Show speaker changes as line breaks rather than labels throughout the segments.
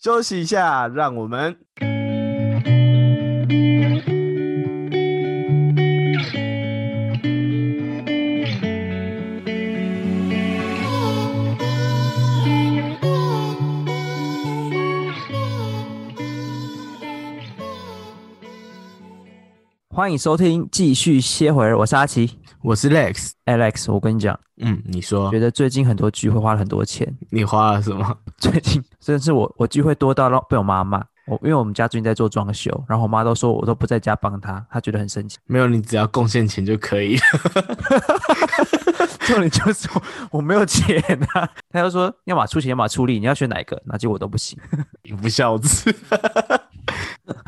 休息一下，让我们
欢迎收听，继续歇会儿，我是阿奇
我是 Lex，
Alex。我跟你讲，
嗯，你说
觉得最近很多聚会花了很多钱，
你花了什么？
最近真的是我我聚会多到让被我妈骂。我因为我们家最近在做装修，然后我妈都说我都不在家帮她，她觉得很生气。
没有，你只要贡献钱就可以了。
重点就是我我没有钱啊，她就说要么出钱，要么出力，你要选哪一个？那结果我都不行，
你不孝子，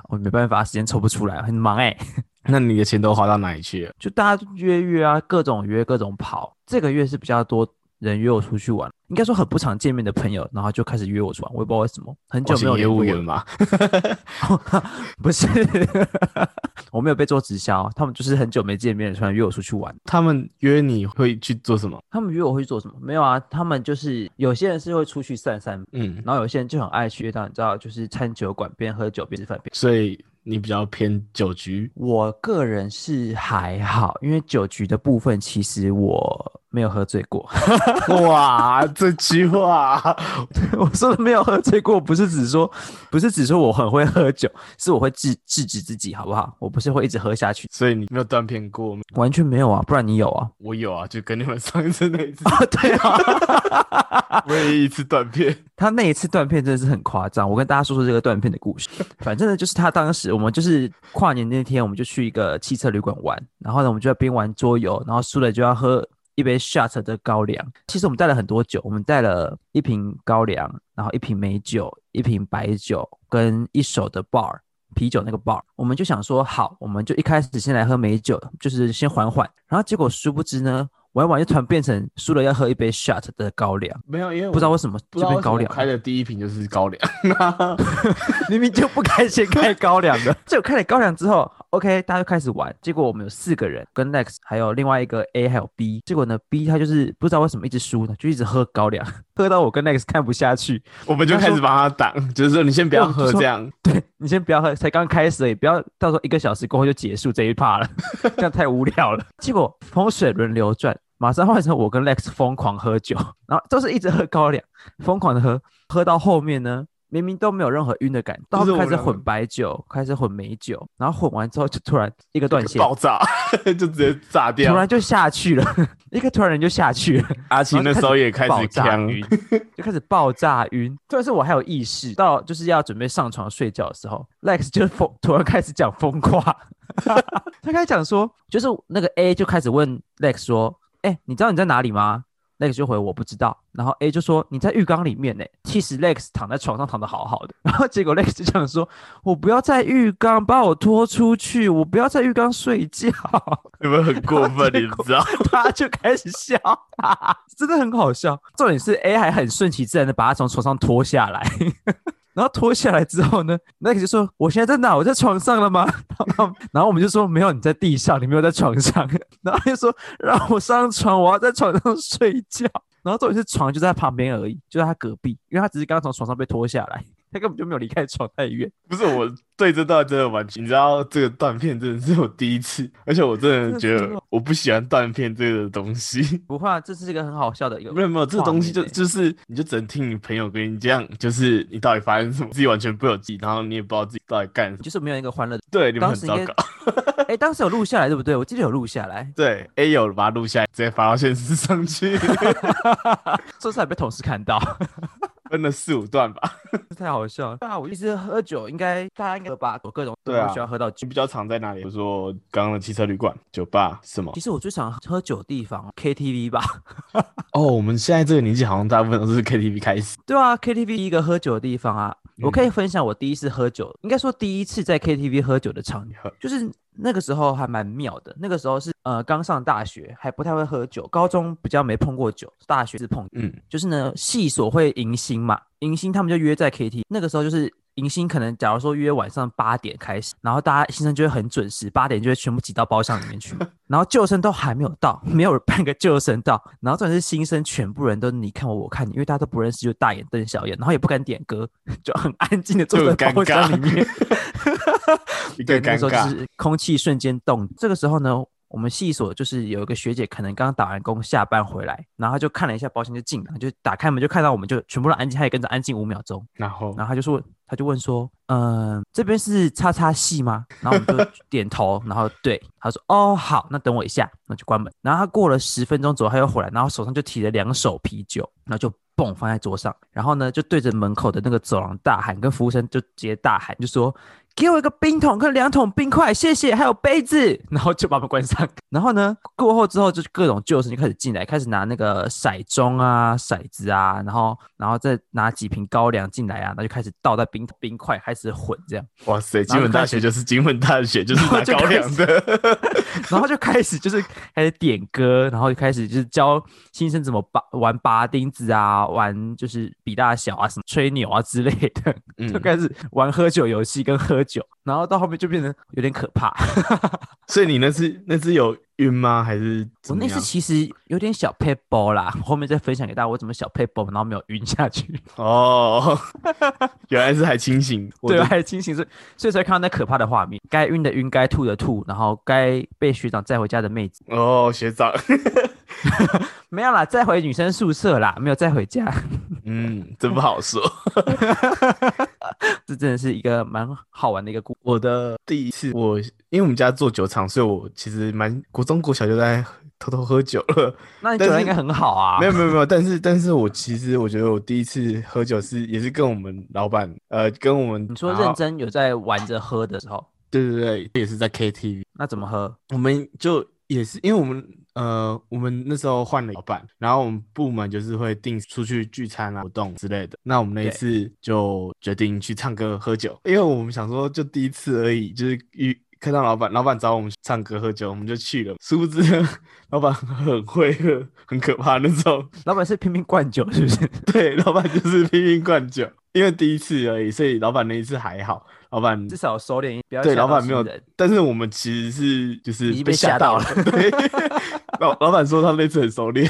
我没办法，时间抽不出来，很忙哎、
那你的钱都花到哪里去了？
就大家约约啊，各种约，各种跑。这个月是比较多人约我出去玩，应该说很不常见面的朋友，然后就开始约我出来，我也不知道为什么，很久没有
哦我是业
联络
务
我
员嘛？
不是， 我没有被做直销，啊他们就是很久没见面，突然约我出去玩。
他们约你会去做什么？
他们约我会去做什么？没有啊，他们就是有些人是会出去散散，
嗯，
然后有些人就很爱去约到，你知道，就是餐酒馆边喝酒边吃饭边。
所以你比较偏酒 局。
我个人是还好，因为酒局的部分其实我没有喝醉过。
哇，这句话，
我说的没有喝醉过，不是指说，不是指说我很会喝酒，是我会制制止自己，好不好？我不是会一直喝下去，
所以你没有断片过吗？
完全没有啊，不然你有啊？
我有啊，就跟你们上一次那一 次，
啊，对啊。
我也一次断片。
他那一次断片真的是很夸张，我跟大家说说这个断片的故事。反正呢，就是他当时我们就是跨年那天，我们就去一个汽车旅馆玩，然后呢，我们就在边玩桌游，然后输了就要喝一杯 shot 的高粱。其实我们带了很多酒，我们带了一瓶高粱，然后一瓶美酒，一瓶白酒跟一手的 bar。啤酒那个 bar，我们就想说好，我们就一开始先来喝美酒，就是先缓缓。然后结果殊不知呢，玩一玩就突然变成输了要喝一杯 shot 的高粱，
没有，因为我
不知道为什么
不知
就
道
变
为什么
高
我
粱。
开的第一瓶就是高粱。
明明就不该先开高粱 的，结果开了高粱之后，OK，大家就开始玩。结果我们有四个人，跟 Lex 还有另外一个 A 还有 B。结果呢，B 他就是不知道为什么一直输呢，就一直喝高粱， 喝到我跟 Lex 看不下去。
我们就
他
开
说
始帮他挡，就是说你先不要
对我就
喝
说
这样。
对你先不要喝，才刚开始而已，不要到时候一个小时过后就结束这一趴了， 这样太无聊了。 结果风水轮流转，马上换成我跟 Lex 疯狂喝酒，然后都是一直喝高粱，疯狂的喝，喝到后面呢。明明都没有任何晕的感觉，到
就是我
开始
们
混白酒，开始混美酒，然后混完之后就突然一个断线，
爆炸， 就直接炸
突
掉。
然就下去了， 一个突然人就下去了，
阿奇那时候也开
爆
始
炸
呛，
晕，就开始爆炸晕。突然是我还有意识到，就是要准备上床睡觉的时候，Lex 就疯，突然开始讲疯话， 他开始讲说，就是那个 A 就开始问 Lex 说，哎、你知道你在哪里吗？Lex 就回我不知道，然后 A 就说你在浴缸里面呢、其实 Lex 躺在床上躺得好好的， 然后结果 Lex 就想说，我不要在浴缸，把我拖出去，我不要在浴缸睡觉。
你们很过 分，你知道？
他就开始笑， 真的很好笑。重点是 A 还很顺其自然的把他从床上拖下来， 然后拖下来之后呢，那个就说：“我现在在哪？我在床上了吗？” 然后然后我们就说：“没有，你在地上，你没有在床上。” 然后他就说：“让我上床，我要在床上睡觉。” 然后重点是床就在他旁边而已，就在他隔壁，因为他只是刚刚从床上被拖下来， 他根本就没有离开床太远。
不是我对这段真的完全，你知道这个断片真的是我第一次，而且我真的觉
真的
得我不喜欢断片这个东西。
不会啊，这是一个很好笑的一个
没有没有，这个
画面
东西就
欸
就是，你就只能听你朋友跟你讲，就是你到底发生什么，自己完全不有记，然后你也不知道自己到底干什么。
就是没有一个欢乐的。
对，你们
当
很
时
糟
应该
糕。，
哎、当时有录下来对不对？我记得有录下来，
对，A 有把它录下来，直接发到现实上去，
说出来被同事看到，
分了四五段吧。
太好笑了。对啊，我一直喝酒，应该大家应该有吧？我各种
对啊
都喜欢喝到酒
你。比较常在哪里？我说刚刚的汽车旅馆、酒吧什么
其？实我最常喝酒的地方 KTV 吧，
哦，我们现在这个年纪好像大部分都是 KTV 开始。
对啊，KTV 一个喝酒的地方啊。
嗯
我可以分享我第一次喝酒，应该说第一次在 KTV 喝酒的场景，就是那个时候还蛮妙的。那个时候是呃刚上大学，还不太会喝酒，高中比较没碰过酒，大学是碰。
嗯，
就是呢，系所会迎新嘛，迎新他们就约在 KT，那个时候就是迎新可能假如说约晚上八点开始，然后大家新生就会很准时，八点就会全部挤到包厢里 面去，然后旧生都还没有到，没有半个旧生到，然后重点是新生全部人都你看我我看你，因为大家都不认识，就大眼瞪小眼，然后也不敢点歌， 就很安静的
就
坐
很
在
尴
包厢
尬
里面。
一
对，
个
那
尴
时候就
尬，
是空气瞬间冻。这个时候呢，我们系所就是有一个学姐，可能刚打完工下班回来，然后她就看了一下保险就进来，就打开门就看到我们就全部都安静，她也跟着安静五秒钟，
然后
然后她就说，她就问说，嗯、这边是叉叉系吗？然后我 们就点头，然后对，她说，哦，好，那等我一下，那就关门。然后她过了十分钟左右，她又回来，然后手上就提了两手啤酒，然后就。蹦放在桌上，然后呢，就对着门口的那个走廊大喊，跟服务生就直接大喊，就说：“给我一个冰桶跟两桶冰块，谢谢，还有杯子， 然后就把门关上。 然后呢，过后之后就是各种旧生就开始进来，开始拿那个骰盅啊、骰子啊，然后然后再拿几瓶高粱进来啊，那就开始倒在冰桶冰块开始混这样，
哇塞，
然后
金
就
门大
开始
学就是金门大学， 就是
后
拿
就
高
开
粱的。
然后就开始就是开始点歌，然后就开始就是教新生怎么拔玩拔钉子啊，玩就是比大小啊、什么吹牛啊之类的，
嗯
就开始玩喝酒游戏跟喝酒，然后到后面就变得有点可怕。
所以你那次那次有晕吗？还是
我
怎么
那
样
次？其实有点小 p a b a l 啦， 后面再分享给大家我怎么小 p a b a l 然后没有晕下去，
哦， 原来是还清醒。我
对，啊
的
还清醒，所以所以才看到那可怕的画面，该晕的晕，该吐的吐，然后该被学长载回家的妹子，
哦，学 长，
没有啦，载回女生宿舍啦，没有载回家，
嗯，真不好说。
这真的是一个蛮好玩的一个故
我的第一次，我因为我们家做酒厂，所以我其实蛮国中国小就在偷偷喝酒了。
那你
但
酒量
是
应该很好啊
没，有没有没有，但是但是我其实我觉得我第一次喝酒是也是跟我们老板，呃，跟我们
你说
然后
认真有在玩着喝的时候，
对对对，也是在 KTV，
那怎么喝？
我们就也是因为我们呃，我们那时候换了老板，然后我们部门就是会定出去聚餐啊、活动之类的。那我们那一
对
次就决定去唱歌喝酒，因为我们想说就第一次而已，就是遇看到老板，老板找我们去唱歌喝酒，我们就去了。殊不知 呢老板很会喝，很可怕那种。
老板是拼命灌酒是不是？
对，老板就是拼命灌酒，因为第一次而已，所以老板那一次还好。老板
至少收敛一点，不要
对，
吓
老
到
板
新
没有
人，
但是我们其实是就是
已经被
被
吓
吓
到
了。对， 老老板说他那次很熟练。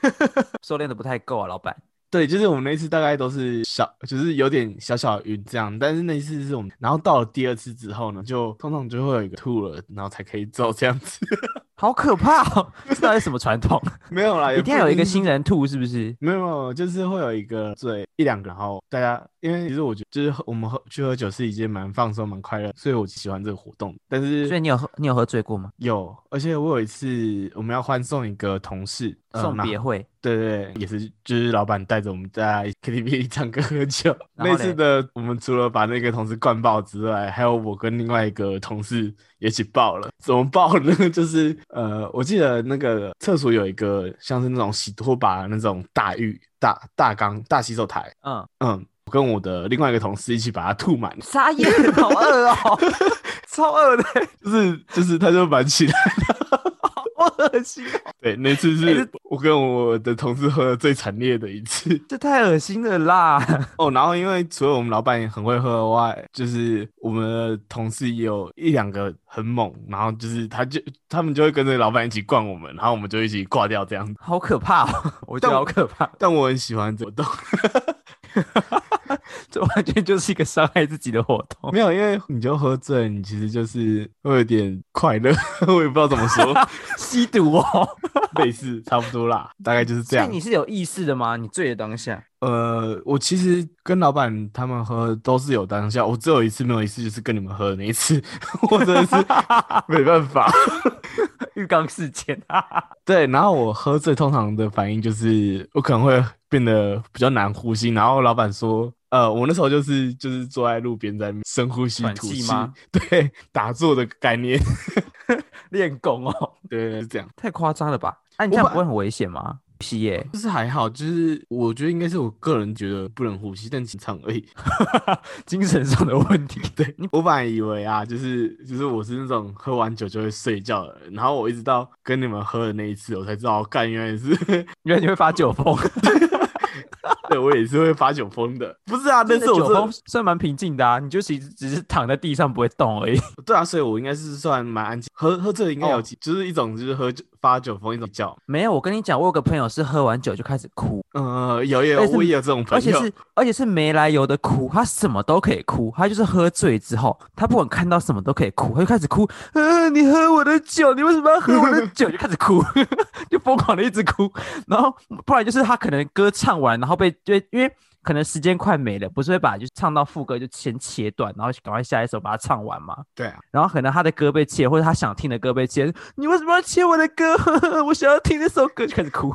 收敛的不太够啊，老板。
对，就是我们那次大概都是小，就是有点小小的晕这样，但是那一次是我们，然后到了第二次之后呢，就通常就会有一个吐了，然后才可以走这样子。
好可怕哦！ 这到底什么传统？
没有啦，也
一定
不
要有一
定
个
是
新人吐，是不是？
没有，没有，就是会有一个醉一两个，然后大家，因为其实我觉得就是喝我们喝去喝酒是一件蛮放松、蛮快乐，所以我喜欢这个活动。但是
所以你有喝，你有喝醉过吗？
有，而且我有一次我们要欢送一个同事，呃
送
然
别
后
会，
对对，对也是就是老板带着我们在 KTV 里唱歌喝酒。
然
那
后
次
嘞
的我们除了把那个同事灌爆之外，还有我跟另外一个同事也一起爆了。怎么爆呢？ 就是呃，我记得那个厕所有一个像是那种洗拖把的那种大浴大大缸大洗手台，
嗯，
嗯，我跟我的另外一个同事一起把它吐满，
撒野，好饿哦， 超饿的，
就是就是他就满起来。
好恶心，
对，那次
哎
是
这
我跟我的同事喝的最惨烈的一次
这太恶心了啦！
哦。然后因为除了我们老板也很会喝外，就是我们的同事也有一两个很猛，然后就是他就他们就会跟着老板一起灌我们，然后我们就一起挂掉这样子。
好可怕哦，我觉
但
得好
我
可怕，
但我很喜欢这个活动，
这完全就是一个伤害自己的活 动。
没有，因为你就喝醉，你其实就是会有点快乐， 我也不知道怎么 说，
吸毒哦，
类似差不多啦，大概就是这
所以
样。
你是有意识的吗？你醉的当下，
呃，我其实跟老板他们喝都是有当下，我只有一次没有一次，就是跟你们喝的那一次， 我真的是没办法。
浴缸事件啊，
对，然后我喝醉通常的反应就是我可能会变得比较难呼吸，然后老板说，呃，我那时候就是就是坐在路边在那边深呼吸
喘
吐
气
气
吗？
对，打坐的概念，
练功哦，
对，是这样。
太夸张了吧？那、你
我
这样
本
不会很危险吗？皮耶、
就是还好，就是我觉得应该是我个人觉得不能呼吸，但紧张而已。
精神上的问题。
对我本来以为啊，就是就是我是那种喝完酒就会睡觉的人，然后我一直到哦跟你们喝的那一次，我才知道，干原来是
原来你会发酒疯，
对我也是会发酒疯的。不是啊，但
但是
是我
酒
真的
疯算蛮平静的啊，你就其实只是躺在地上不会动而已。
对啊，所以我应该是算蛮安静。喝喝醉应
哦
该有几，就是一种就是喝酒发酒疯，一种叫
没有，我跟你讲，我有个朋友是喝完酒就开始哭，
呃有有
哎而且是
我也有这种朋
而且
友，
是而且是没来由的哭，他什么都可以哭，他就是喝醉之后，他不管看到什么都可以哭，他就开始哭，嗯、你喝我的酒，你为什么要喝我 的酒？就开始哭，就疯狂的一直哭，然后不然就是他可能歌唱完，然后被就因为。可能时间快没了，不是会把就是唱到副歌就先切断，然后赶快下一首把它唱完吗？
对啊，
然后可能他的歌被切，或者他想听的歌被切，你为什么要切我的歌？ 我想要听那首歌，就开始哭，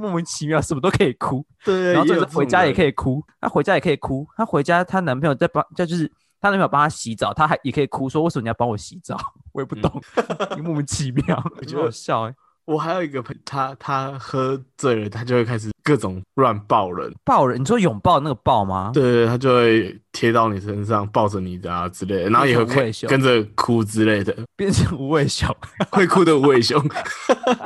莫名其妙，什么都可以哭。
对，
然后
也
就
有
是
这
回
种
家也
人
可以哭，她回家也可以哭，她回家她男朋友在帮，她就是她男朋友帮她洗澡，她还也可以哭，说为什么你要帮我洗澡？ 我也不懂，莫名其妙，我
嗯觉
觉
得
得好笑哎、
我还有一个朋他他喝醉了，他就会开始各种乱抱人，
抱人，你说拥抱那个抱吗？
对对，他就会贴到你身上，抱着你的啊之类的，然后也会
变成无尾
跟
熊
跟着哭之类的，
变成无尾熊，
会哭的无尾熊。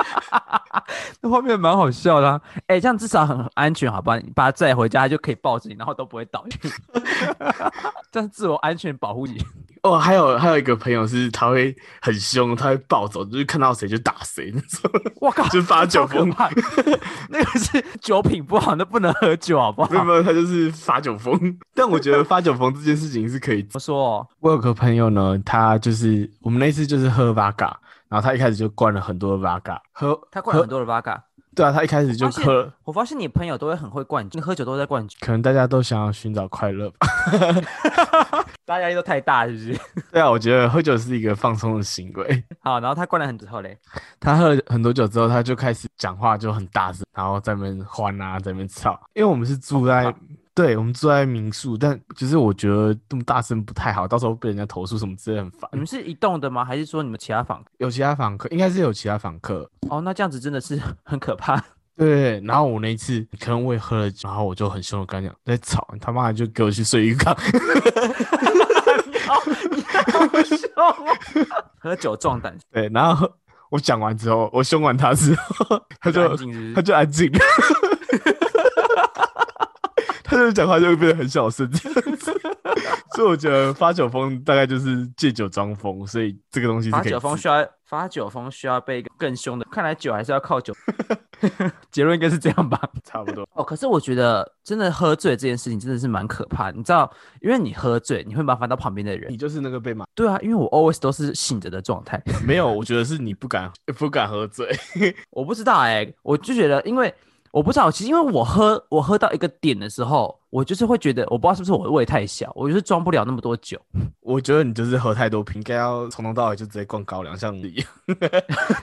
那画面蛮好笑的、啊。哎、这样至少很很安全，好吧？你把她载回家，她就可以抱着你，然后都不会倒 下去，这样自我安全保护你。
哦，还有还有一个朋友是他会很凶，他会暴走，就是看到谁就打谁那种，
我靠，
就是发酒
超可
疯。
怕 那个是酒品不好，那不能喝酒，好不好
没？有没有，他就是发酒疯。 但我觉得发酒疯这件事情是可以
我说、哦。
我有个朋友呢，他就是我们那次就是喝 v 嘎，然后他一开始就灌了很多 v 嘎，喝
他灌了很多的 v 嘎。
对啊，他一开始就
我发现
喝，
我发现你朋友都会很会灌酒，你喝酒都在灌酒，
可能大家都想要寻找快乐吧。
大家压力都太大，是不 是？
对啊，我觉得喝酒是一个放松的行为。
好，然后他灌了很之后嘞，
他喝了很多酒之后，他就开始讲话就很大声，然后在那边欢啊，在那边吵。因为我们是住在，对我们住在民宿，但就是我觉得这么大声不太好，到时候被人家投诉什么之类很烦
你。们是一栋的吗？还是说你们其他房？
有其他访客，应该是有其他访客，
哦，那这样子真的是很可 怕。
对，然后我那一次可能我也喝了酒，然后我就很凶的跟他讲，在吵，你他妈的就给我去睡浴缸。
喝酒壮胆，
对，然后我讲完之后，我凶完他之后，他就
安静是不
他
是？
就安静， 他就讲话就会变得很小声这样子。 所以我觉得发酒疯大概就是借酒装疯，所以这个东西是
发
可以
酒疯
治
需要发酒疯需要被一个更凶的，看来酒还是要靠 酒。结论应该是这样吧？
差不 多。
哦，可是我觉得真的喝醉这件事情真的是蛮可怕的，你知道，因为你喝醉，你会麻烦到旁边的人
你。就是那个被骂，
对啊，因为我 always 都是醒着的状态，
没有，我觉得是你不敢不敢喝醉。
我不知道哎、我就觉得，因为我不知道，其实因为我喝我喝到一个点的时候，我就是会觉得，我不知道是不是我的胃太小，我就是装不了那么多酒。
我觉得你就是喝太多瓶，应该要从头到尾就直接灌高粱，像你 一样。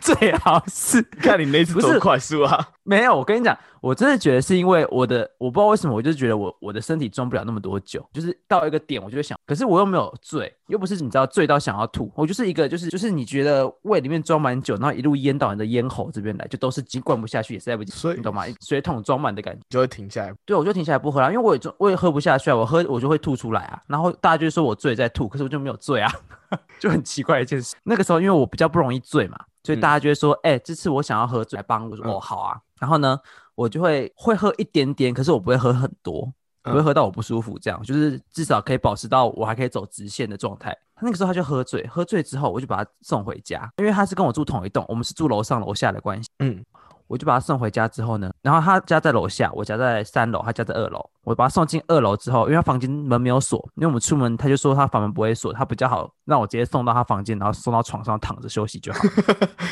最好是
看你那次
不是
多快速啊！
没有，我跟你讲，我真的觉得是因为我的，我不知道为什么，我就觉得我我的身体装不了那么多酒，就是到一个点，我就会想，可是我又没有醉，又不是你知道醉到想要吐，我就是一个就是就是你觉得胃里面装满酒，然后一路淹到你的咽喉这边来，就都是已经灌不下去，也塞不进去，
所以
你懂吗？水桶装满的感觉。
就会停下来。
对，我就停下来不喝了，因为我也就我也喝不下去啊，我喝我就会吐出来啊，然后大家就说我醉在吐，可是我就没有醉啊， 就很奇怪的一件事。那个时候因为我比较不容易醉嘛，所以大家就会说，哎、这次我想要喝醉，来帮我我说、
嗯
哦好啊，然后呢，我就会会喝一点点，可是我不会喝很多，不会
嗯
喝到我不舒服，这样就是至少可以保持到我还可以走直线的状态。那个时候他就喝醉，喝醉之后我就把他送回家，因为他是跟我住同一栋，我们是住楼上楼下的关系。
嗯，
我就把他送回家之后呢，然后他家在楼下，我家在三楼，他家在二楼。我把他送进二楼之后，因为他房间门没有锁，因为我们出门他就说他房门不会锁，他比较好让我直接送到他房间，然后送到床上躺着休息就好。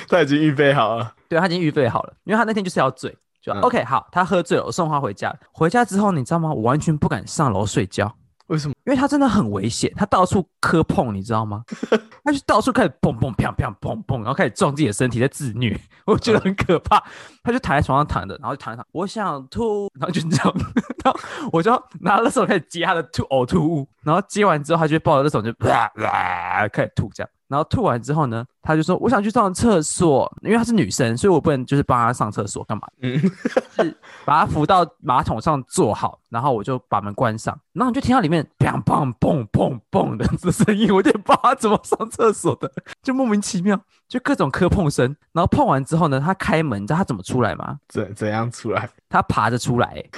他已经预备好了。
对他已经预备好了，因为他那天就是要醉，就、
嗯
OK 好，他喝醉了，我送他回家了。回家之后你知道吗？我完全不敢上楼睡觉，
为什么？
因为他真的很危险，他到处磕碰，你知道吗？他就到处开始砰砰砰砰砰砰，然后开始撞自己的身体，在自虐， 我觉得很可怕。他就躺在床上躺着，然后就躺一躺，我想吐，然后就这样， 然后我就拿 了手开始接他的吐呕吐物，然后接完之后，他就抱着那手就开始吐这样。然后吐完之后呢，她就说我想去上厕所，因为她是女生，所以我不能就是帮她上厕所干嘛，
嗯，
是把她扶到马桶上坐好，然后我就把门关上，然后你就听到里面砰砰砰砰砰的这声音，我有点不知道她怎么上厕所的，就莫名其妙，就各种磕碰声，然后碰完之后呢，她开门，你知道她怎么出来吗？
怎怎样出来？
他爬着出来、欸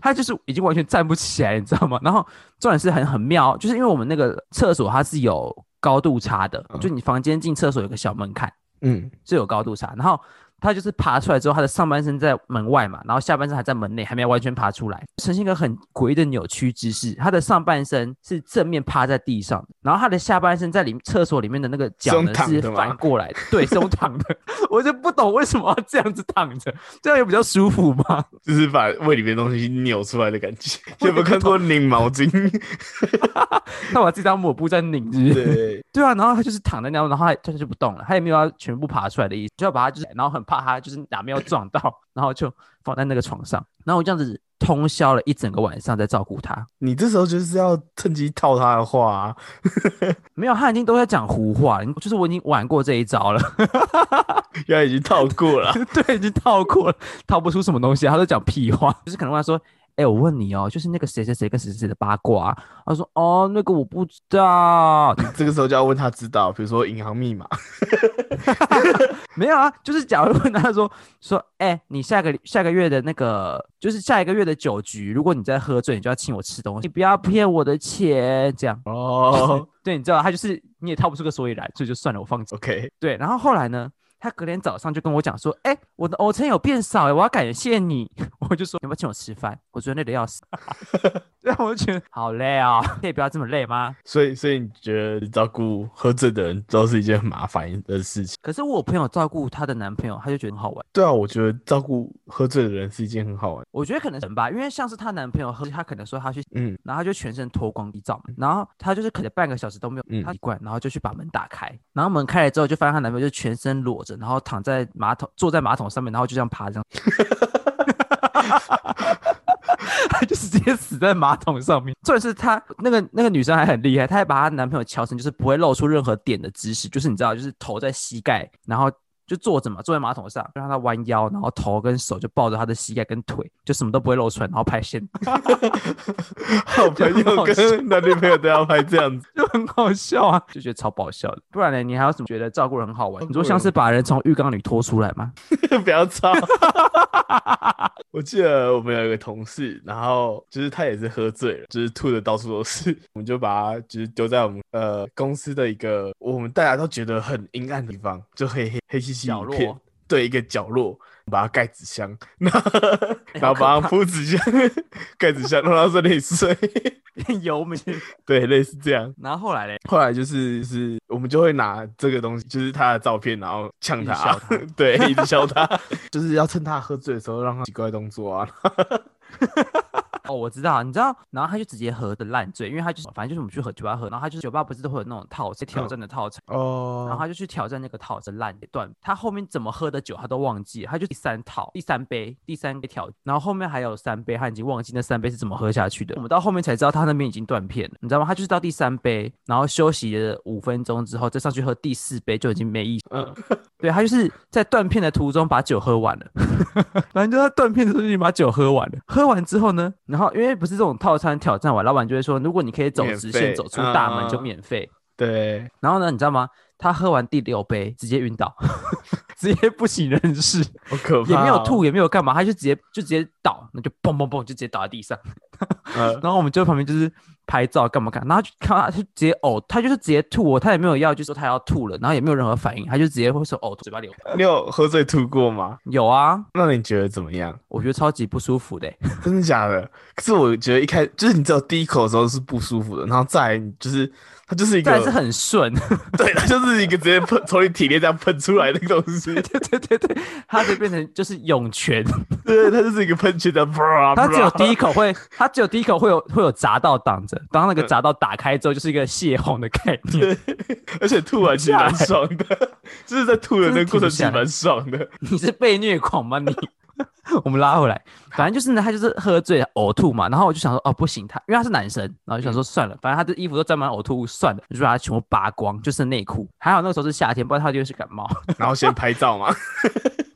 他就是已经完全站不起来，你知道吗？然后重点是很很妙，就是因为我们那个厕所它是有高度差的，
嗯
就你房间进厕所有个小门槛
嗯，
是有高度差，然后他就是爬出来之后，他的上半身在门外嘛，然后下半身还在门内，还没有完全爬出来，呈现一个很诡异的扭曲姿势。他的上半身是正面趴在地上的，然后他的下半身在里厕所里面的那个脚
是
呢
用躺
是
的吗
反过来的，对，是用躺的。 我就不懂为什么要这样子躺着，这样也比较舒服嘛。
就是把胃里面东西扭出来的感觉。
我
有没有看过拧毛巾？
他把自己当抹布在拧，是不 是？
对，
对啊，然后他就是躺在那，然后他他就不动了，他也没有要全部爬出来的意思，就要把他就是，然后很怕他就是哪边要撞到，然后就放在那个床上，然后我这样子通宵了一整个晚上在照顾他，
你这时候就是要趁机套他的话啊、
没有，他已经都在讲胡话，就是我已经玩过这一招了，
原来已经套过了。
对，已经套过了，套不出什么东西，他都讲屁话，就是可能问他说。哎、我问你哦，就是那个谁谁谁跟谁谁谁的八卦、啊，他说哦，那个我不知道，
你 这个时候就要问他知道，比如说银行密码。
没有啊，就是假如问他说 说，哎、你下个下个月的那个，就是下一个月的酒局，如果你再喝醉，你就要请我吃东西，你不要骗我的钱，这样。
哦
对，你知道他就是你也套不出个所以然，所以就算了，我放 弃。
，OK，
对，然后后来呢，他隔天早上就跟我讲说，哎、我的欧程有变少、哎，我要感谢你。我就说，你要不要请我吃饭？我昨天累得要死。 然后我就觉得好累啊、 哦，可以不要这么累吗？
所以所以你觉得照顾喝醉的人都是一件很麻烦的事情？
可是我朋友照顾她的男朋友，她就觉得很好玩。
对啊，我觉得照顾喝醉的人是一件很好玩。
我觉得可能吧，因为像是她男朋友喝，她可能说她去
嗯，
然后他就全身脱光一照嘛，然后他就是可能半个小时都没有
嗯
他习惯，然后就去把门打开，然后门开了之后就发现她男朋友就全身裸着，然后躺在马桶坐在马桶上面，然后就这样趴这样，他 就直接死在马桶上面。重点是她那个那个女生还很厉害，她还把她男朋友敲成就是不会露出任何点的姿势，就是你知道，就是头在膝盖，然后。就坐着嘛，坐在马桶上，让他弯腰，然后头跟手就抱着他的膝盖跟腿，就什么都不会露出来，然后拍线
好朋友跟男女朋友都要拍这样子。
就很好笑啊，就觉得超爆笑的。不然呢，你还有什么觉得照顾人很好玩？
照顾人
你说像是把人从浴缸里拖出来 吗？
不要吵。 我记得我们有一个同事，然后就是他也是喝醉了，就是吐的到处都是， 我们就把他就是丢在我们呃公司的一个我们大家都觉得很阴暗的地方，就黑黑黑漆漆
角
一
落
片，对一个角落，把它盖纸箱，然后然
好
后把
可
它
怕
铺纸箱， 盖纸箱让他在那里睡，
油没？
对，类似这样。
然后后来嘞，
后来就是是，我们就会拿这个东西，就是他的照片，然后呛他啊，
一
对，一直笑 他，就是要趁他喝醉的时候让他奇怪的动作啊。
哦，我知道，你知道，然后他就直接喝的烂醉，因为他就是反正就是我们去喝酒吧喝，然后他就是酒吧不是都会有那种套餐挑战的套餐。然后
哦，
他就去挑战那个套餐烂的段，他后面怎么喝的酒他都忘记了，他就第三套、第三杯、第三杯调，然后后面还有三杯，他已经忘记那三杯是怎么喝下去的。我们到后面才知道他那边已经断片了，你知道吗？他就是到第三杯，然后休息了五分钟之后再上去喝第四杯就已经没意思。
嗯
对他就是在断片的途中把酒喝完了， 反正就在断片的途中已经把酒喝完了。喝完之后呢，然后因为不是这种套餐挑战完，老板就会说，如果你可以走
免
直
费
线走出大门就
嗯
免费。
对，
然后呢，你知道吗？他喝完第六杯，直接晕倒， 直接不省人事，
好可怕、哦
也没有，吐，也没有干嘛，他就直接就直接倒，那就嘣嘣嘣就直接倒在地上。
呃，
然后我们就旁边就是拍照干嘛干嘛，然后他就看到他就直接呕，他就是直接吐哦，他也没有要就说他要吐了，然后也没有任何反应，他就直接会说呕，嘴巴流。
你有喝醉吐过吗？
有啊，
那你觉得怎么样？
我觉得超级不舒服的欸，
真的假的？可是我觉得一开就是你只有第一口的时候是不舒服的，然后再来你就是它就是一
但是
个，
很顺，
对，它就是一个直接 喷从你体内这样喷出来的东西。
对对对对，他就变成就是涌泉，
对，它就是一个喷泉的，啪
它只有第一
啪
口会，它只有第一口会有会有闸道挡着，当那个闸道打开之后，就是一个泄洪的概念。
而且吐完其实蛮爽的，就是在吐的那个过程其实
真的停不下来
蛮爽的。
你是被虐狂吗你？ 我们拉回来，反正就是呢，他就是喝醉呕吐嘛，然后我就想说，哦不行，他因为他是男生，然后就想说算了，反正他的衣服都沾满呕吐物，算了，就把他全部扒光，就剩内裤。还好那个时候是夏天，不然他就是感冒，
然后先拍照嘛，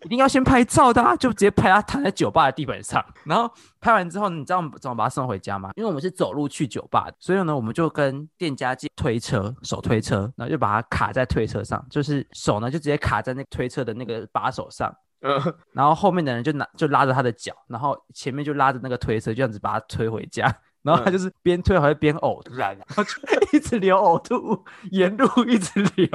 一定要先拍照的、啊，就直接拍他躺在酒吧的地板上。然后拍完之后，你知道我们怎么把他送回家吗？因为我们是走路去酒吧的，所以呢，我们就跟店家借推车，手推车，然后就把他卡在推车上，就是手呢就直接卡在那个推车的那个把手上。
嗯，
然后后面的人就拿就拉着他的脚，然后前面就拉着那个推车，就这样子把他推回家。然后他
嗯
就是边推还会边呕吐，啊然后就一直流呕吐物，沿路一直流，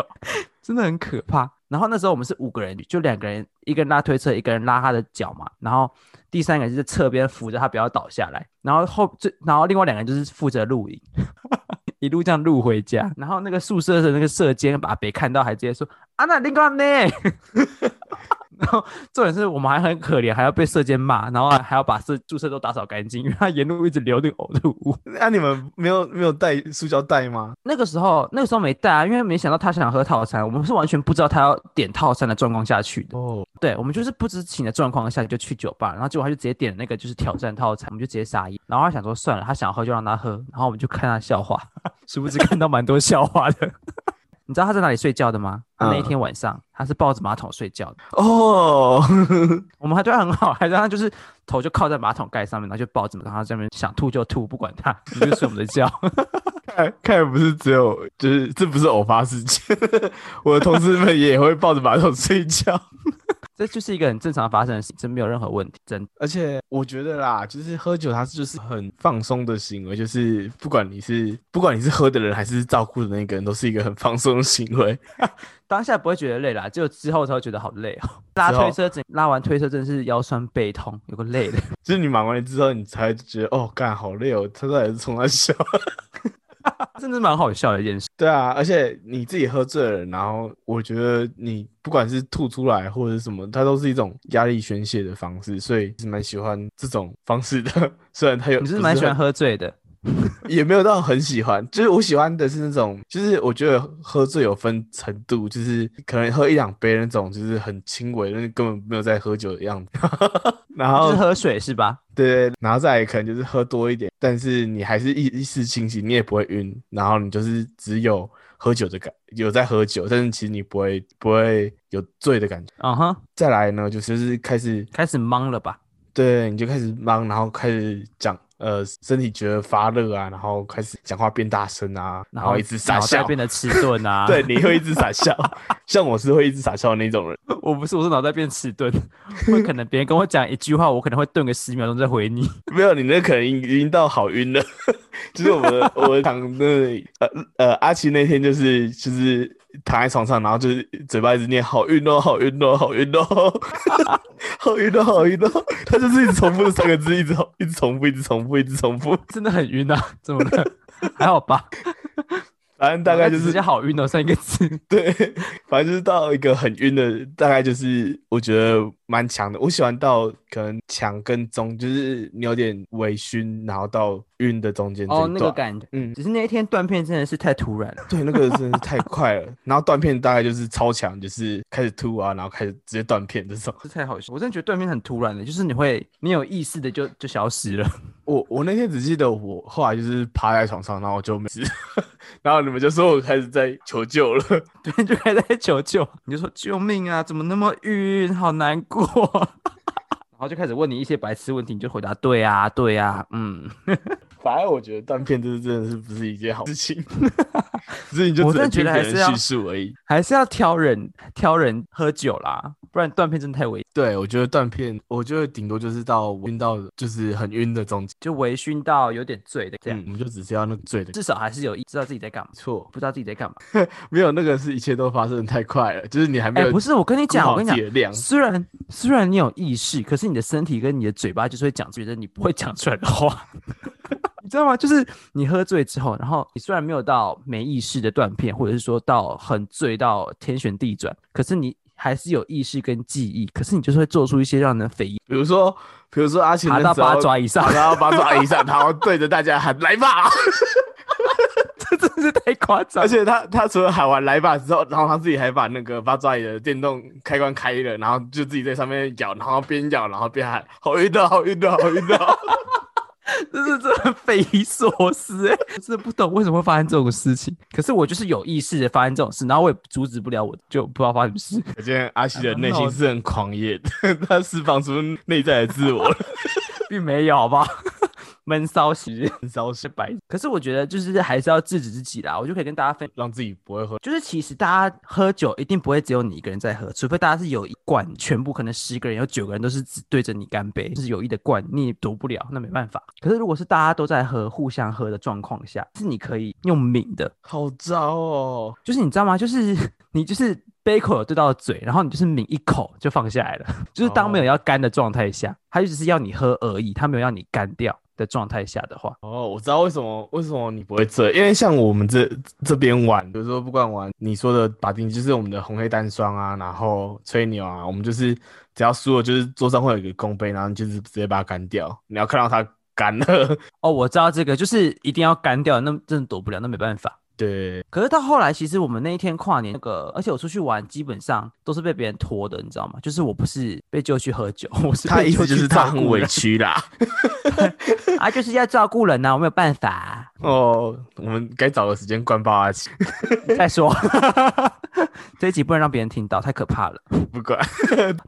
真的很可怕。然后那时候我们是五个人，就两个人，一个人拉推车，一个人拉他的脚嘛，然后第三个人就是侧边扶着他不要倒下来，然后后最然后另外两个人就是负责录影， 一路这样录回家。然后那个宿舍的那个舍监把别看到，还直接说啊那另外呢，然后重点是我们还很可怜，还要被社监骂，然后还要把宿宿舍都打扫干净，因为 他沿路一直流那个呕吐物。
那、你们没有没有带塑胶袋吗？
那个时候，那个时候没带啊，因为没想到他想喝套餐，我们是完全不知道他要点套餐的状况下去的。
哦，
对，我们就是不知情的状况下就去酒吧，然后结果他就直接点了那个就是挑战套餐，我们就直接傻眼。然后他想说算了，他想喝就让他喝，然后我们就看他笑话， 殊不知看到蛮多笑话的。 你知道他在哪里睡觉的吗？他那一
嗯
天晚上他是抱着马桶睡觉的。
哦，
我们还对他很好，还让他就是头就靠在马桶盖上面，然后就抱着，然后这边想吐就吐，不管他，你就睡我们的觉。
看看来不是只有，就是这不是偶发事件， 我的同事们也会抱着马桶睡觉。
这就是一个很正常发生的事，真没有任何问题，真的
而且我觉得啦，就是喝酒，它就是很放松的行为，就是不管你是不管你是喝的人还是照顾的那个人，都是一个很放松的行为。
当下不会觉得累啦，只有之后才会觉得好累哦。拉
之后
推车整拉完推车真的是腰酸背痛，有个累的。
就是你忙完了之后，你才会觉得哦，干好累哦，他到底是从哪笑？
真的蛮好笑的一件事。
对啊，而且你自己喝醉了，然后我觉得你不管是吐出来或者是什么，它都是一种压力宣泄的方式，所以是蛮喜欢这种方式的。 虽然它有，
你是
不
不是蛮喜欢
很，
喝醉的？
也没有到很喜欢，就是我喜欢的是那种，就是我觉得喝醉有分程度，就是可能喝一两杯那种，就是很轻微，但是根本没有在喝酒的样子。 然
就
后
是喝水是吧？
对，然后再来可能就是喝多一点，但是你还是意意识清醒，你也不会晕，然后你就是只有喝酒的感，有在喝酒，但是其实你不会不会有醉的感觉。
嗯哼，
再来呢，就是就是开始
开始懵了吧？
对，你就开始忙，然后开始讲，呃，身体觉得发热啊，然后开始讲话变大声啊，然后一直傻
脑袋
笑。
变得迟钝 啊！
对，，你会一直傻 笑，像我是会一直傻笑的那种人。
我不是，我是脑袋变迟钝， 会可能别人跟我讲一句话，我可能会顿个十秒钟再回你。
没有，你那可能已经到好晕了。 就是我们的我们躺那里，呃呃，阿奇那天就是就是躺在床上，然后就是嘴巴一直念好晕哦，好晕哦， 好晕哦，好晕哦，好晕哦，他就是一直重复三个字，一直一直重复，一直重复，一直重复，
真的很晕啊， 怎么了？还好 吧，
反正大概就
直
是
接好晕哦，三个字。
对，反正就是到一个很晕的，大概就是我觉得蛮强的。我喜欢到可能强跟中，就是你有点微醺，然后到晕的中间这一
哦，那个
段
感觉，
嗯
只是那一天断片真的是太突然了。
对，那个真的是太快了。然后断片大概就是超强，就是开始吐啊，然后开始直接断片这种。
这太好笑，我真的觉得断片很突然的，就是你会你有意识的就就消失了。
我我那天只记得我后来就是趴在床上，然后我就没事， 然后你们就说我开始在求救了。
对，就还在求救，你就说救命啊，怎么那么晕，好难过。 然后就开始问你一些白痴问题，你就回答对啊，对啊，嗯，
反正我觉得断片就是真的是不是一件好事情， 所以你
我
就只
真的
能
觉
听别
得还是
人
要
叙述而已。
还是要挑人挑人喝酒啦，不然断片真的太危，
对，我觉得断片，我觉得顶多就是到晕到就是很晕的中间，
就微醺到有点醉的这样，
嗯，我们就只是要那个醉的。
至少还是有意知道自己在干嘛，
错，
不知道自己在干嘛。
没有那个是一切都发生的太快了，就是你还没
哎、
有
不是，我跟你
顾
讲，我
好
跟你
自
讲
己，的量。
虽然虽然你有意识，可是你的身体跟你的嘴巴就是会讲，觉得你不会讲出来的话， 你知道吗？就是你喝醉之后，然后你虽然没有到没意识的断片，或者是说到很醉到天旋地转，可是你还是有意识跟记忆，可是你就是会做出一些让人匪夷
比如说，比如说阿晴
爬
那
到
时候
八爪以上
爬，到八爪以上，然后对着大家喊“来吧”，
这真的是太夸 张
而。且他他除了喊完“来吧”之后，然后他自己还把那个八爪鱼的电动开关开了，然后就自己在上面咬，然后边咬然后边喊“好运到，好运到，好运到
这是真的匪夷所思哎、我 真的不懂为什么会发生这种事情。可是我就是有意识的发生这种事，然后我也阻止不了，我就不知道发生什么 事。”。
可见阿西的内心是很狂野的，他释放出内在的自 我了。
并没有，好不好？ 闷骚型
很少是白，
可是我觉得就是还是要制止自己啦。我就可以跟大家分，
让自己不会喝。
就是其实大家喝酒一定不会只有你一个人在喝，除非大家是有一罐，全部可能十个人有九个人都是只对着你干杯，就是有意的灌，你也躲不了，那没办法。可是如果是大家都在喝，互相喝的状况下，是你可以用抿的，
好糟哦！
就是你知道吗？就是 你就是杯口有对到嘴，然后你就是抿一口就放下来了，就是当
哦
没有要干的状态下，他就只是要你喝而已，他没有要你干掉的状态下的话，
哦，我知道为什么为什么你不会醉，因为像我们这这边玩，比如说不管玩你说的把丁，就是我们的红黑单双啊，然后吹牛啊，我们就是只要输了，就是桌上会有一个空杯，然后你就是直接把它干掉，你要看到它干了。
哦，我知道这个就是一定要干掉，那真的躲不了，那没办法。
对，
可是到后来，其实我们那一天跨年那个，而且我出去玩基本上都是被别人拖的，你知道吗？就是我不是被揪去喝酒，我是
他
被
意
揪
思就是
去
他
照
很
顾
委
人
屈 啦。
啊，就是要照顾人啊呐、我没有办法、
哦，我们该找个时间灌爆阿奇，
再说， 这一集不能让别人听到，太可怕了。
不管。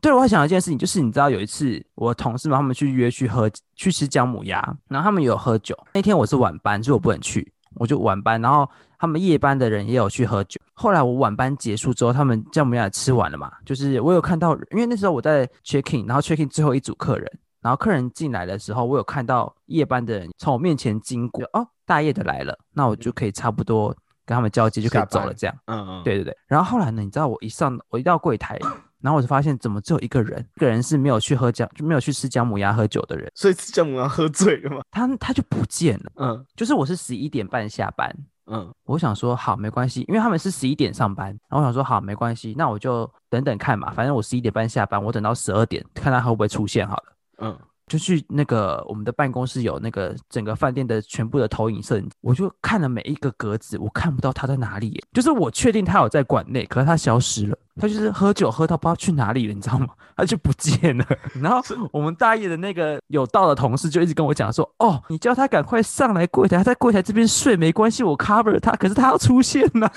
对，我还想到一件事情，就是你知道有一次我同事嘛，他们去约去喝去吃姜母鸭，然后他们有喝酒。那天我是晚班，所以我不能去，我就晚班。然后他们夜班的人也有去喝酒。后来我晚班结束之后，他们姜母鸭也吃完了嘛，就是我有看到，因为那时候我在 check in，然后 check in 最后一组客人，然后客人进来的时候，我有看到夜班的人从我面前经过，哦，大夜的来了，那我就可以差不多跟他们交接就可以
下
走
班
了，这样。
嗯 嗯，
对对对。然后后来呢，你知道我一上我一到柜台，然后我就发现怎么只有一个人，一个人是没有去喝姜，就没有去吃姜母鸭喝酒的人，
所以是这样我们要喝醉了嘛。
他他就不见了。
嗯
就是我是十一点半下班，
嗯，
我想说好没关系，因为他们是十一点上班，然后我想说好没关系，那我就等等看嘛，反正我十一点半下班，我等到十二点看他会不会出现好了。
嗯，
就去那个我们的办公室有那个整个饭店的全部的投影摄影，我就看了每一个格子，我看不到他在哪里耶。就是我确定他有在馆内，可是他消失了，他就是喝酒喝到不知道去哪里了，你知道吗？他就不见了。然后我们大夜的那个有道的同事就一直跟我讲说：“哦，你叫他赶快上来柜台，他在柜台这边睡没关系，我 cover 他，可是他要出现了。”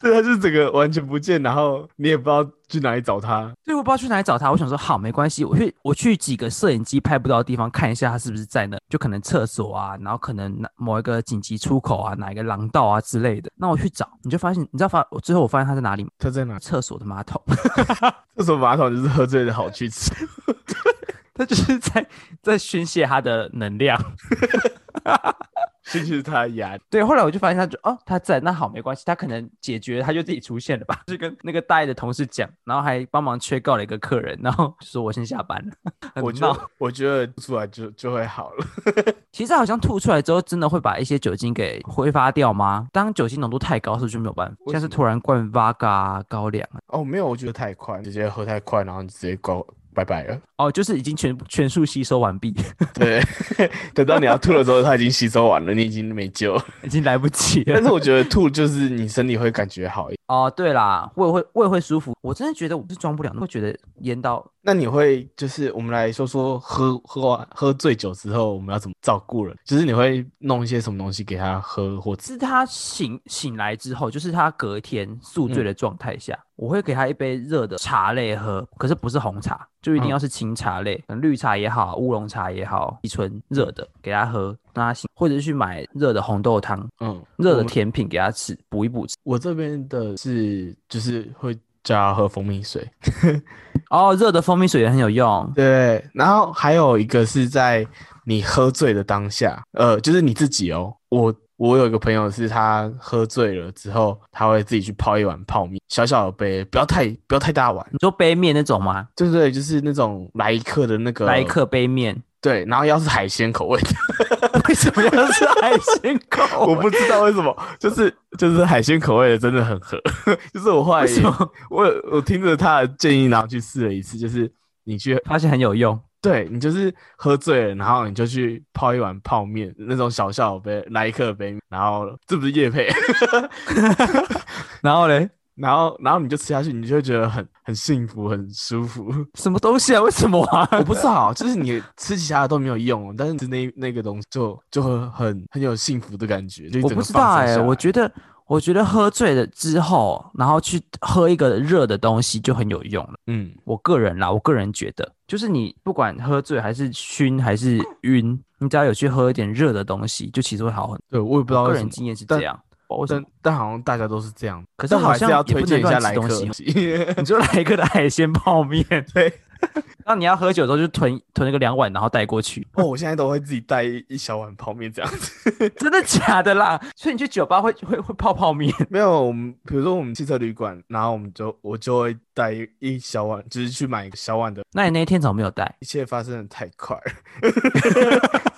对，他就是整个完全不见，然后你也不知道去哪里找他。
对，我不知道去哪里找他。我想说，好，没关系，我去我去几个摄影机拍不到的地方看一下他是不是在那，就可能厕所啊，然后可能哪某一个紧急出口啊，哪一个廊道啊之类的。那我去找，你就发现，你知道发我最后我发现他在哪里吗？
他在哪？
厕所的马桶，
厕所马桶就是喝醉的好去 处。
他就是在在宣泄他的能量。
这就是他的牙。
对，后来我就发现他就哦他在，那好没关系，他可能解决他就自己出现了吧， 就跟那个大一的同事讲，然后还帮忙缺告了一个客人，然后就说我先下班了。很
我觉
闹
得，我觉得出来就就会好了。
其实好像吐出来之后，真的会把一些酒精给挥发掉吗？当酒精浓度太高，是不是就没有办法？
为
像
什
是
么
突然灌 v 嘎高粱啊，
哦，没有，我觉得太快，直接喝太快，然后你直接搞拜拜了。
哦，就是已经全全数吸收完毕，
对，等到你要吐的时候，它已经吸收完了，你已经没 救了。
已经来不及
但
了。
是我觉得吐就是你身体会感觉好一点。
哦，对啦，胃会胃会舒服，我真的觉得我是装不了，会觉得淹到
那你会就是我们来说说喝喝完喝醉酒之后我们要怎么照顾人？就是你会弄一些什么东西给他喝或吃？
是他醒醒来之后，就是他隔天宿
嗯
醉的状态下，我会给他一杯热的茶类喝，可是不是红茶，就一定
嗯
要是清茶类，可能绿茶也好，乌龙茶也好，提纯热的给他喝，让他醒，或者是去买热的红豆汤、
嗯，
热
我
的
们
甜品给他吃，补一补吃。
我这边的是就是会叫他喝蜂蜜水。
哦，热的蜂蜜水也很有用。
对，然后还有一个是在你喝醉的当下，呃，就是你自己哦。我我有一个朋友是他喝醉了之后，他会自己去泡一碗泡面，小小的杯，不要太不要太大碗。
你说杯面那种吗？
对对对，就是那种来一克的那个啊
来一克杯面，
对，然后要是海鲜口 味的，
为什么要吃海 鲜口味？
我不知道为什么，就是就是海鲜口味的真的很合， 就是我后来
为
也
什么
我有我听着他的建议，然后去试了一次，就是你去
发现很有用？
对你就是喝醉了，然后你就去泡一碗泡面，那种小小杯来一克杯，然后这不是夜配，
然后嘞，
然后然后你就吃下去，你就会觉得很很幸福，很舒服。
什么东西啊？为什么啊？
我不知道，就是你吃其他的都没有用，但是吃那那个东西就就会很很有幸福的感觉。就一
我
整
不
个
知
放松
道哎、
下
我
来
觉得我觉得喝醉了之后，然后去喝一个热的东西就很有用了。
嗯，
我个人啦，我个人觉得，就是你不管喝醉还是熏还是晕，你只要有去喝一点热的东西，就其实会好很。
对我也不知道
多。个
为什
人
么，
经验是
哦但
这样，我什
但
么？
但好像大家都是这样。
可是
但我
好
还是
像
要
也
推
不能
荐一
乱
下
吃
来
东
客。
西你就来一个的海鲜泡面，
对，
那你要喝酒的时候就囤囤那个两碗，然后带 过去。
哦，我现在都会自己带一一小碗泡面这样子。
真的假的啦？所以你去酒吧会会会泡泡面？
没有，我们比如说我们汽车旅馆，然后我们就我就会带一一小碗，就是去买一个小碗的。
那你那一天怎么没有带？
一切发生的太快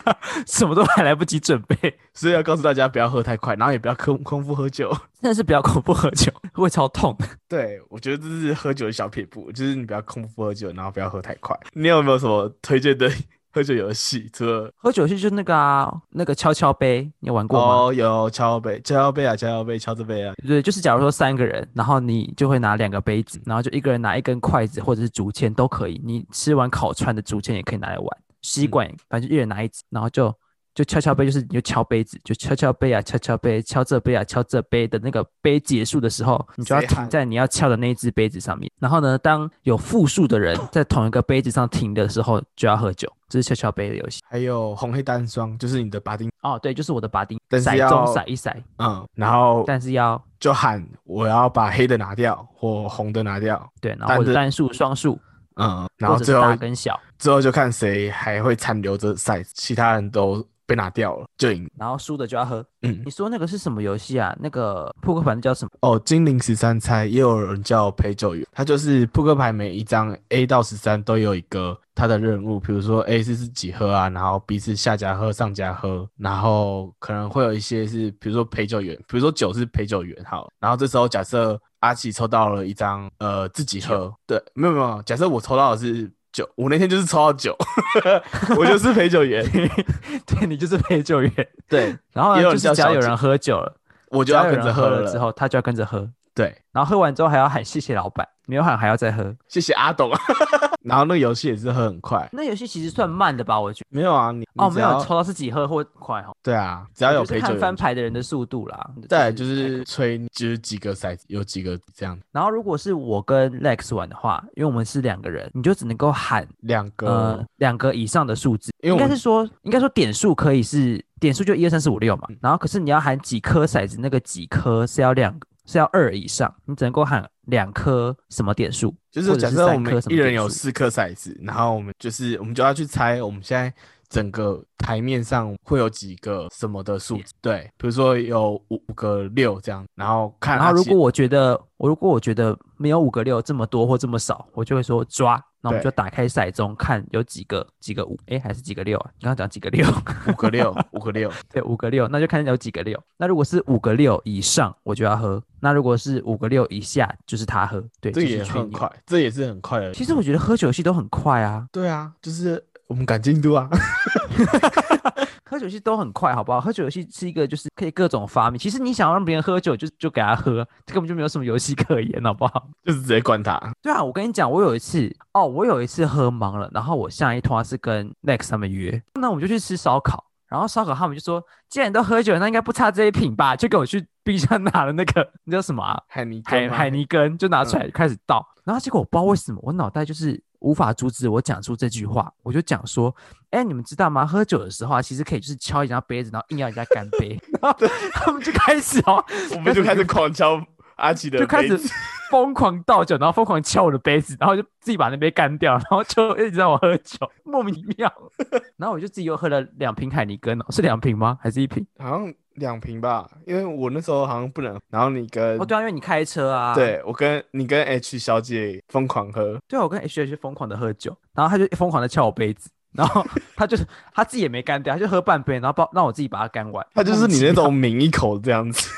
了，
什么都还来不及准备，
所以要告诉大家不要喝太快，然后也不要空空腹喝 酒。
真的是不要空腹喝酒，会超痛。
对，我觉得这是喝酒的小撇步，就是你不要空腹喝酒，然后不要喝太快。你有没有什么推荐的喝酒游戏？除了
喝酒是就那个啊，那个敲敲杯，你有玩过吗？
哦，有敲杯，敲杯啊，敲杯，敲这杯啊，
对，就是假如说三个人，然后你就会拿两个杯子，然后就一个人拿一根筷子或者是竹签都可以。你吃完烤串的竹签也可以拿来玩，吸管
嗯
也反正就一人拿一支，然后就就敲敲杯，就是你就敲杯子，就敲敲杯啊，敲敲杯，敲这杯啊，敲这杯的那个杯结束的时候，你就要
谁
停
喊
在你要敲的那一只杯子上面。然后呢，当有复数的人在同一个杯子上停的时候，就要喝酒。这是敲敲杯的游戏。
还有红黑单双，就是你的把丁，
哦，对，就是我的把丁
但是
骰
要
盅骰一骰，
嗯，然后
但是要
就喊我要把黑的拿掉或红的拿掉，
对，然后
但
或者
是
单数、双数。
嗯，然后
或者
最
是
后
大跟小，
最后就看谁还会残留着赛，其他人都被拿掉了就赢。
然后输的就要喝。
嗯
你说那个是什么游戏啊？那个扑克牌叫什么？
哦，精灵十三猜也有人叫陪酒员，它就是扑克牌每一张 A 到十三都有一个它的任务，比如说 A 是是几喝啊，然后 B 是下家喝、上家喝，然后可能会有一些是比如说陪酒员，比如说酒是陪酒员好，然后这时候假设阿奇抽到了一张呃自己喝，对，没有没有，假设我抽到的是。酒，我那天就是抽到酒， 我就是陪酒员，
对你就是陪酒员。
对
然后
也有
呢，就
人
是
叫
只要
小
有
姐
人喝酒了，
我
只
就
要
要
有
跟着
人喝
喝
了之后，他就要跟着喝。
对，
然后喝完之后还要喊谢谢老板，没有喊还要再喝。
谢谢阿董。 然后那个游戏也是喝很快，
那游戏其实算慢的吧？我觉
没有啊，你
得。
你
哦，没
只
有
要
抽到自己喝或快哦。
对啊，只要有
就是
陪酒
看翻
员，
牌的人的速度啦。
再来就是吹，就是几个骰子，有几个这样，
然后如果是我跟 Lex 玩的话，因为我们是两个人，你就只能够喊
两个、
呃两个以上的数字，
因为
应
我
该
们
是说应该说点数可以是点数就一二三四五六
嗯
嘛，然后可是你要喊几颗骰子，那个几颗是要两是要二以上，你只能够喊两颗什么点数，
就是
或者
假
是
设我
三
们
颗什么
一人
点
有
数
四颗骰子，然后我们就是我们就要去猜我们现在整个台面上会有几个什么的数字，对，比如说有五五个六这样，然后看啊
然
阿
后如
奇
果我觉得我如果我觉得没有五个六这么多或这么少，我就会说抓。那我们
对
就打开骰盅看有几个几个五，哎，还是几个六啊？你刚刚讲几个六？
五个 六，五个六，
对，五个六，那就看有几个六。那如果是五个六以上，我就要喝；那如果是五个六以下，就是他喝。对，
这
就
个
是
也
吹
很
牛。
快，这也是很快的，
其实我觉得喝酒游戏都很快啊，
对啊，就是我们赶进度啊，
喝酒游戏都很快，好不好？喝酒游戏是一个就是可以各种发明。其实你想要让别人喝酒，就就给他喝，这根本就没有什么游戏可言，好不好？
就是直接灌他，
对啊，我跟你讲，我有一次哦，我有一次喝懵了，然后我下一团是跟 Next 他们约，那我们就去吃烧烤，然后烧烤他们就说，既然你都喝酒了，那应该不差这一瓶吧，就给我去冰箱拿了那个，你知道什么啊？
海尼根
海
吗
海尼根就拿出
嗯
来开始倒，然后结果我不知道为什么，我脑袋就是无法阻止我讲出这句话，我就讲说，哎，你们知道吗？喝酒的时候啊，其实可以就是敲人家杯子，然后硬要人家干杯， 然后 他们就开始哦，
我们就开始狂敲阿奇的杯子，
就 开始疯狂倒酒，然后疯狂敲我的杯子，然后就自己把那杯干掉，然后就一直让我喝酒，莫名其 妙，然后我就自己又喝了两瓶海尼根哦，是两瓶吗？还是一瓶？
好像两瓶吧，因为我那时候好像不能。然后你跟、
哦，对啊，因为你开车啊，
嗯对我跟你跟 H 小姐疯狂喝，
对啊，我跟 H H 疯狂的喝酒，然后他就疯狂的敲我杯子，然 后他就是他自己也没干掉，他就喝半杯，然后帮让我自己把它干完。
他就是
莫名
你
其
那
妙
种抿一口这样 子，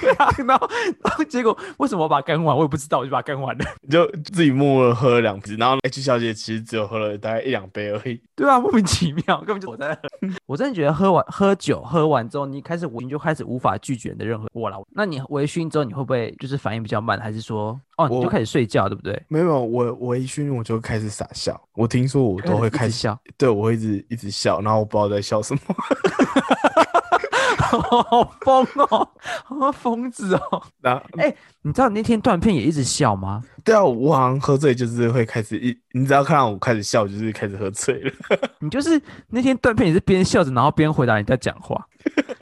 对啊， 然后然后结果为什么我把它干完，我也不知道，我就把它干完了。
你就自己默默地喝了两瓶，然后 H 小姐其实只有喝了大概一两杯而已。
对啊，莫名其妙，根本就我在那。 我真的觉得喝完喝酒喝完之后，你开始你就开始无法拒绝你的任何我了。那你微醺之后，你会不会就是反应比较慢，还是说哦你就
我
开始睡觉，对不对？
没有，我我一醺我就开始傻笑。我听说我都会
一直
开 始，
笑，
对我会一直一直笑，然后我不知道在笑什么。
好疯哦，好疯子哦！
然后
你知道你那天断片也一直笑吗？
对啊，我好像喝醉就是会开始一，你只要看到我开始笑，就是开始喝醉了。
你就是那天断片也是边笑着，然后边回答人家讲话，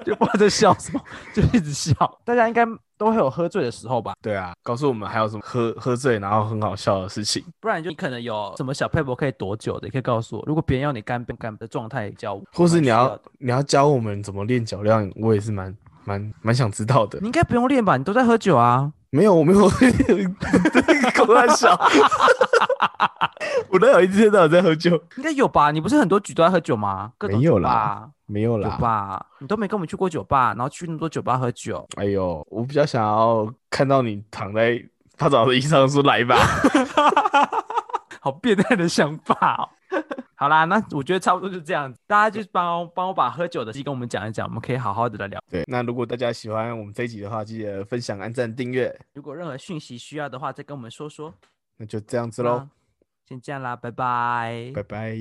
就不知道在笑什么，就一直笑。大家应该都会有喝醉的时候吧？
对啊，告诉我们还有什么喝喝醉然后很好笑的事情。
不然就你可能有什么小佩伯可以躲久的，也可以告诉我。如果别人要你干杯干杯的状态教我，
或是
蛮
你
需
要
的
你要教我们怎么练脚量，我也是蛮蛮蛮想知道的
你。应该不用练吧？你都在喝酒啊。
没有，我没有 口在笑，我都有一天到晚在喝酒。
应该有吧？你不是很多局都在喝酒吗？各种
没有
酒吧
啦，没有
酒
啦，
吧，你都没跟我们去过酒吧，然后去那么多酒吧喝酒，
哎呦，我比较想要看到你躺在他找的衣裳说来吧。
好变态的想法哦。好啦，那我觉得差不多就这样子，大家就帮我帮我把喝酒的事跟我们讲一讲，我们可以好好的来聊。
对，那如果大家喜欢我们这一集的话，记得分享、按赞、订阅。
如果任何讯息需要的话，再跟我们说说。
那就这样子
是
喽，，
先这样啦，拜拜
拜拜。